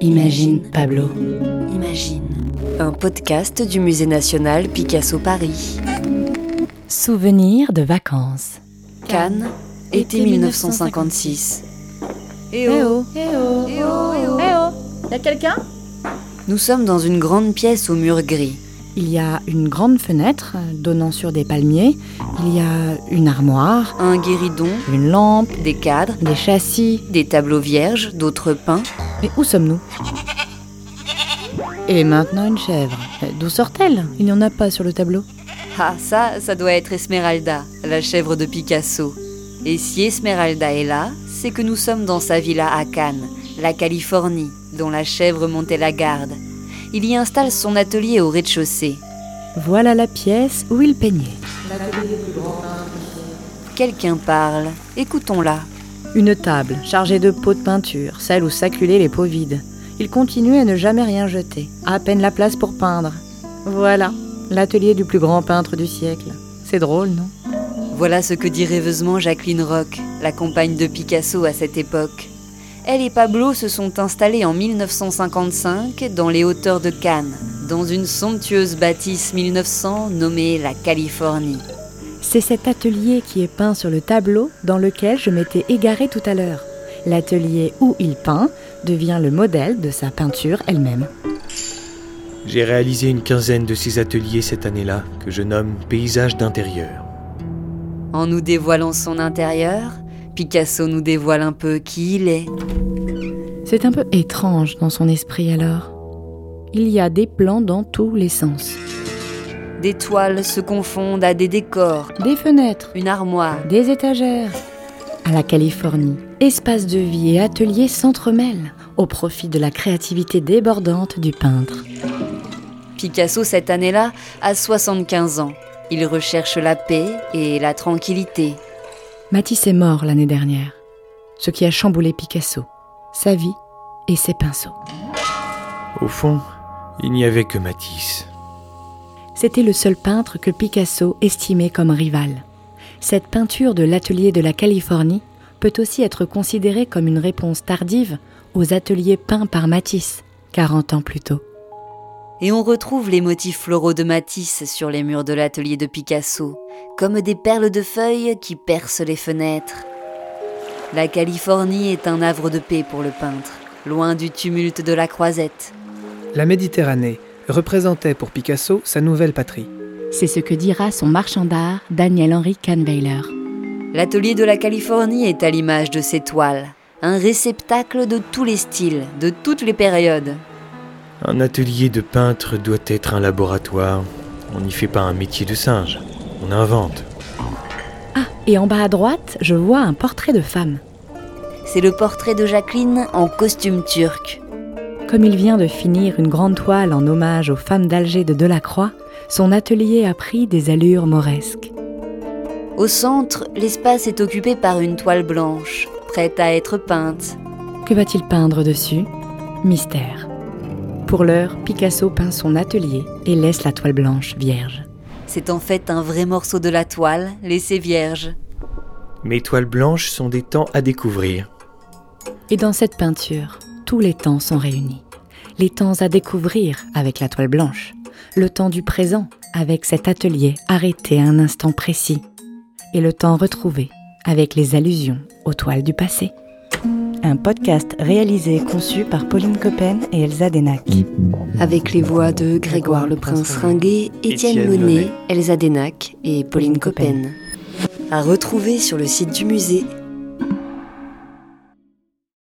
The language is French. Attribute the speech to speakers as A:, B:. A: Imagine Pablo.
B: Imagine. Un podcast du Musée national Picasso Paris.
A: Souvenirs de vacances.
B: Cannes, été 1956.
C: Eh oh Eh oh Eh oh Eh oh, Y'a quelqu'un
B: Nous sommes dans une grande pièce au mur gris.
A: Il y a une grande fenêtre euh, donnant sur des palmiers. Il y a une armoire,
B: Un guéridon,
A: une lampe,
B: des cadres,
A: des châssis.
B: des tableaux vierges, d'autres peints.
A: Mais où sommes-nous Et maintenant une chèvre. Euh, D'où sort-elle Il n'y en a pas sur le tableau.
B: Ah, ça, ça doit être Esmeralda, la chèvre de Picasso. Et si Esmeralda est là, c'est que nous sommes dans sa villa à Cannes, la Californie, dont la chèvre montait la garde. Il y installe son atelier au rez-de-chaussée.
A: Voilà la pièce où il peignait.
B: Quelqu'un parle, écoutons-la.
A: Une table chargée de pots de peinture, celle où s'acculaient les pots vides. Il continuait à ne jamais rien jeter, à peine la place pour peindre. Voilà, l'atelier du plus grand peintre du siècle. C'est drôle, non
B: Voilà ce que dit rêveusement Jacqueline Roque, la compagne de Picasso à cette époque. Elle et Pablo se sont installés en 1955 dans les hauteurs de Cannes, dans une somptueuse bâtisse 1900 nommée la Californie.
A: C'est cet atelier qui est peint sur le tableau dans lequel je m'étais égarée tout à l'heure. L'atelier où il peint devient le modèle de sa peinture elle-même.
D: J'ai réalisé une quinzaine de ces ateliers cette année-là, que je nomme Paysages d'intérieur.
B: En nous dévoilant son intérieur, Picasso nous dévoile un peu qui il est.
A: C'est un peu étrange dans son esprit alors. Il y a des plans dans tous les sens.
B: Des toiles se confondent à des décors,
A: Des fenêtres,
B: une armoire,
A: des étagères. À la Californie, espaces de vie et ateliers s'entremêlent au profit de la créativité débordante du peintre.
B: Picasso, cette année-là, a 75 ans. Il recherche la paix et la tranquillité.
A: Matisse est mort l'année dernière, ce qui a chamboulé Picasso, sa vie et ses pinceaux.
D: Au fond, il n'y avait que Matisse.
A: C'était le seul peintre que Picasso estimait comme rival. Cette peinture de l'atelier de la Californie peut aussi être considérée comme une réponse tardive aux ateliers peints par Matisse 40 ans plus tôt.
B: Et on retrouve les motifs floraux de Matisse sur les murs de l'atelier de Picasso, comme des perles de feuilles qui percent les fenêtres. La Californie est un havre de paix pour le peintre, loin du tumulte de la croisette.
E: La Méditerranée représentait pour Picasso sa nouvelle patrie.
A: C'est ce que dira son marchand d'art Daniel-Henri Kahnweiler.
B: L'atelier de la Californie est à l'image de ses toiles, un réceptacle de tous les styles, de toutes les périodes.
D: Un atelier de peintre doit être un laboratoire. On n'y fait pas un métier de singe, on invente.
A: Ah, et en bas à droite, je vois un portrait de femme.
B: C'est le portrait de Jacqueline en costume turc.
A: Comme il vient de finir une grande toile en hommage aux femmes d'Alger de Delacroix, son atelier a pris des allures mauresques.
B: Au centre, l'espace est occupé par une toile blanche, prête à être peinte.
A: Que va-t-il peindre dessus Mystère. Pour l'heure, Picasso peint son atelier et laisse la toile blanche vierge.
B: C'est en fait un vrai morceau de la toile, laissé vierge.
D: Mes toiles blanches sont des temps à découvrir.
A: Et dans cette peinture, tous les temps sont réunis. Les temps à découvrir avec la toile blanche, le temps du présent avec cet atelier arrêté à un instant précis, et le temps retrouvé avec les allusions aux toiles du passé. Un podcast réalisé et conçu par Pauline Coppen et Elsa Denac.
B: Avec les voix de Grégoire le Prince Ringuet, Étienne
D: Étienne
B: Monet,
D: Monet,
B: Elsa Denac et Pauline Coppen. À retrouver sur le site du musée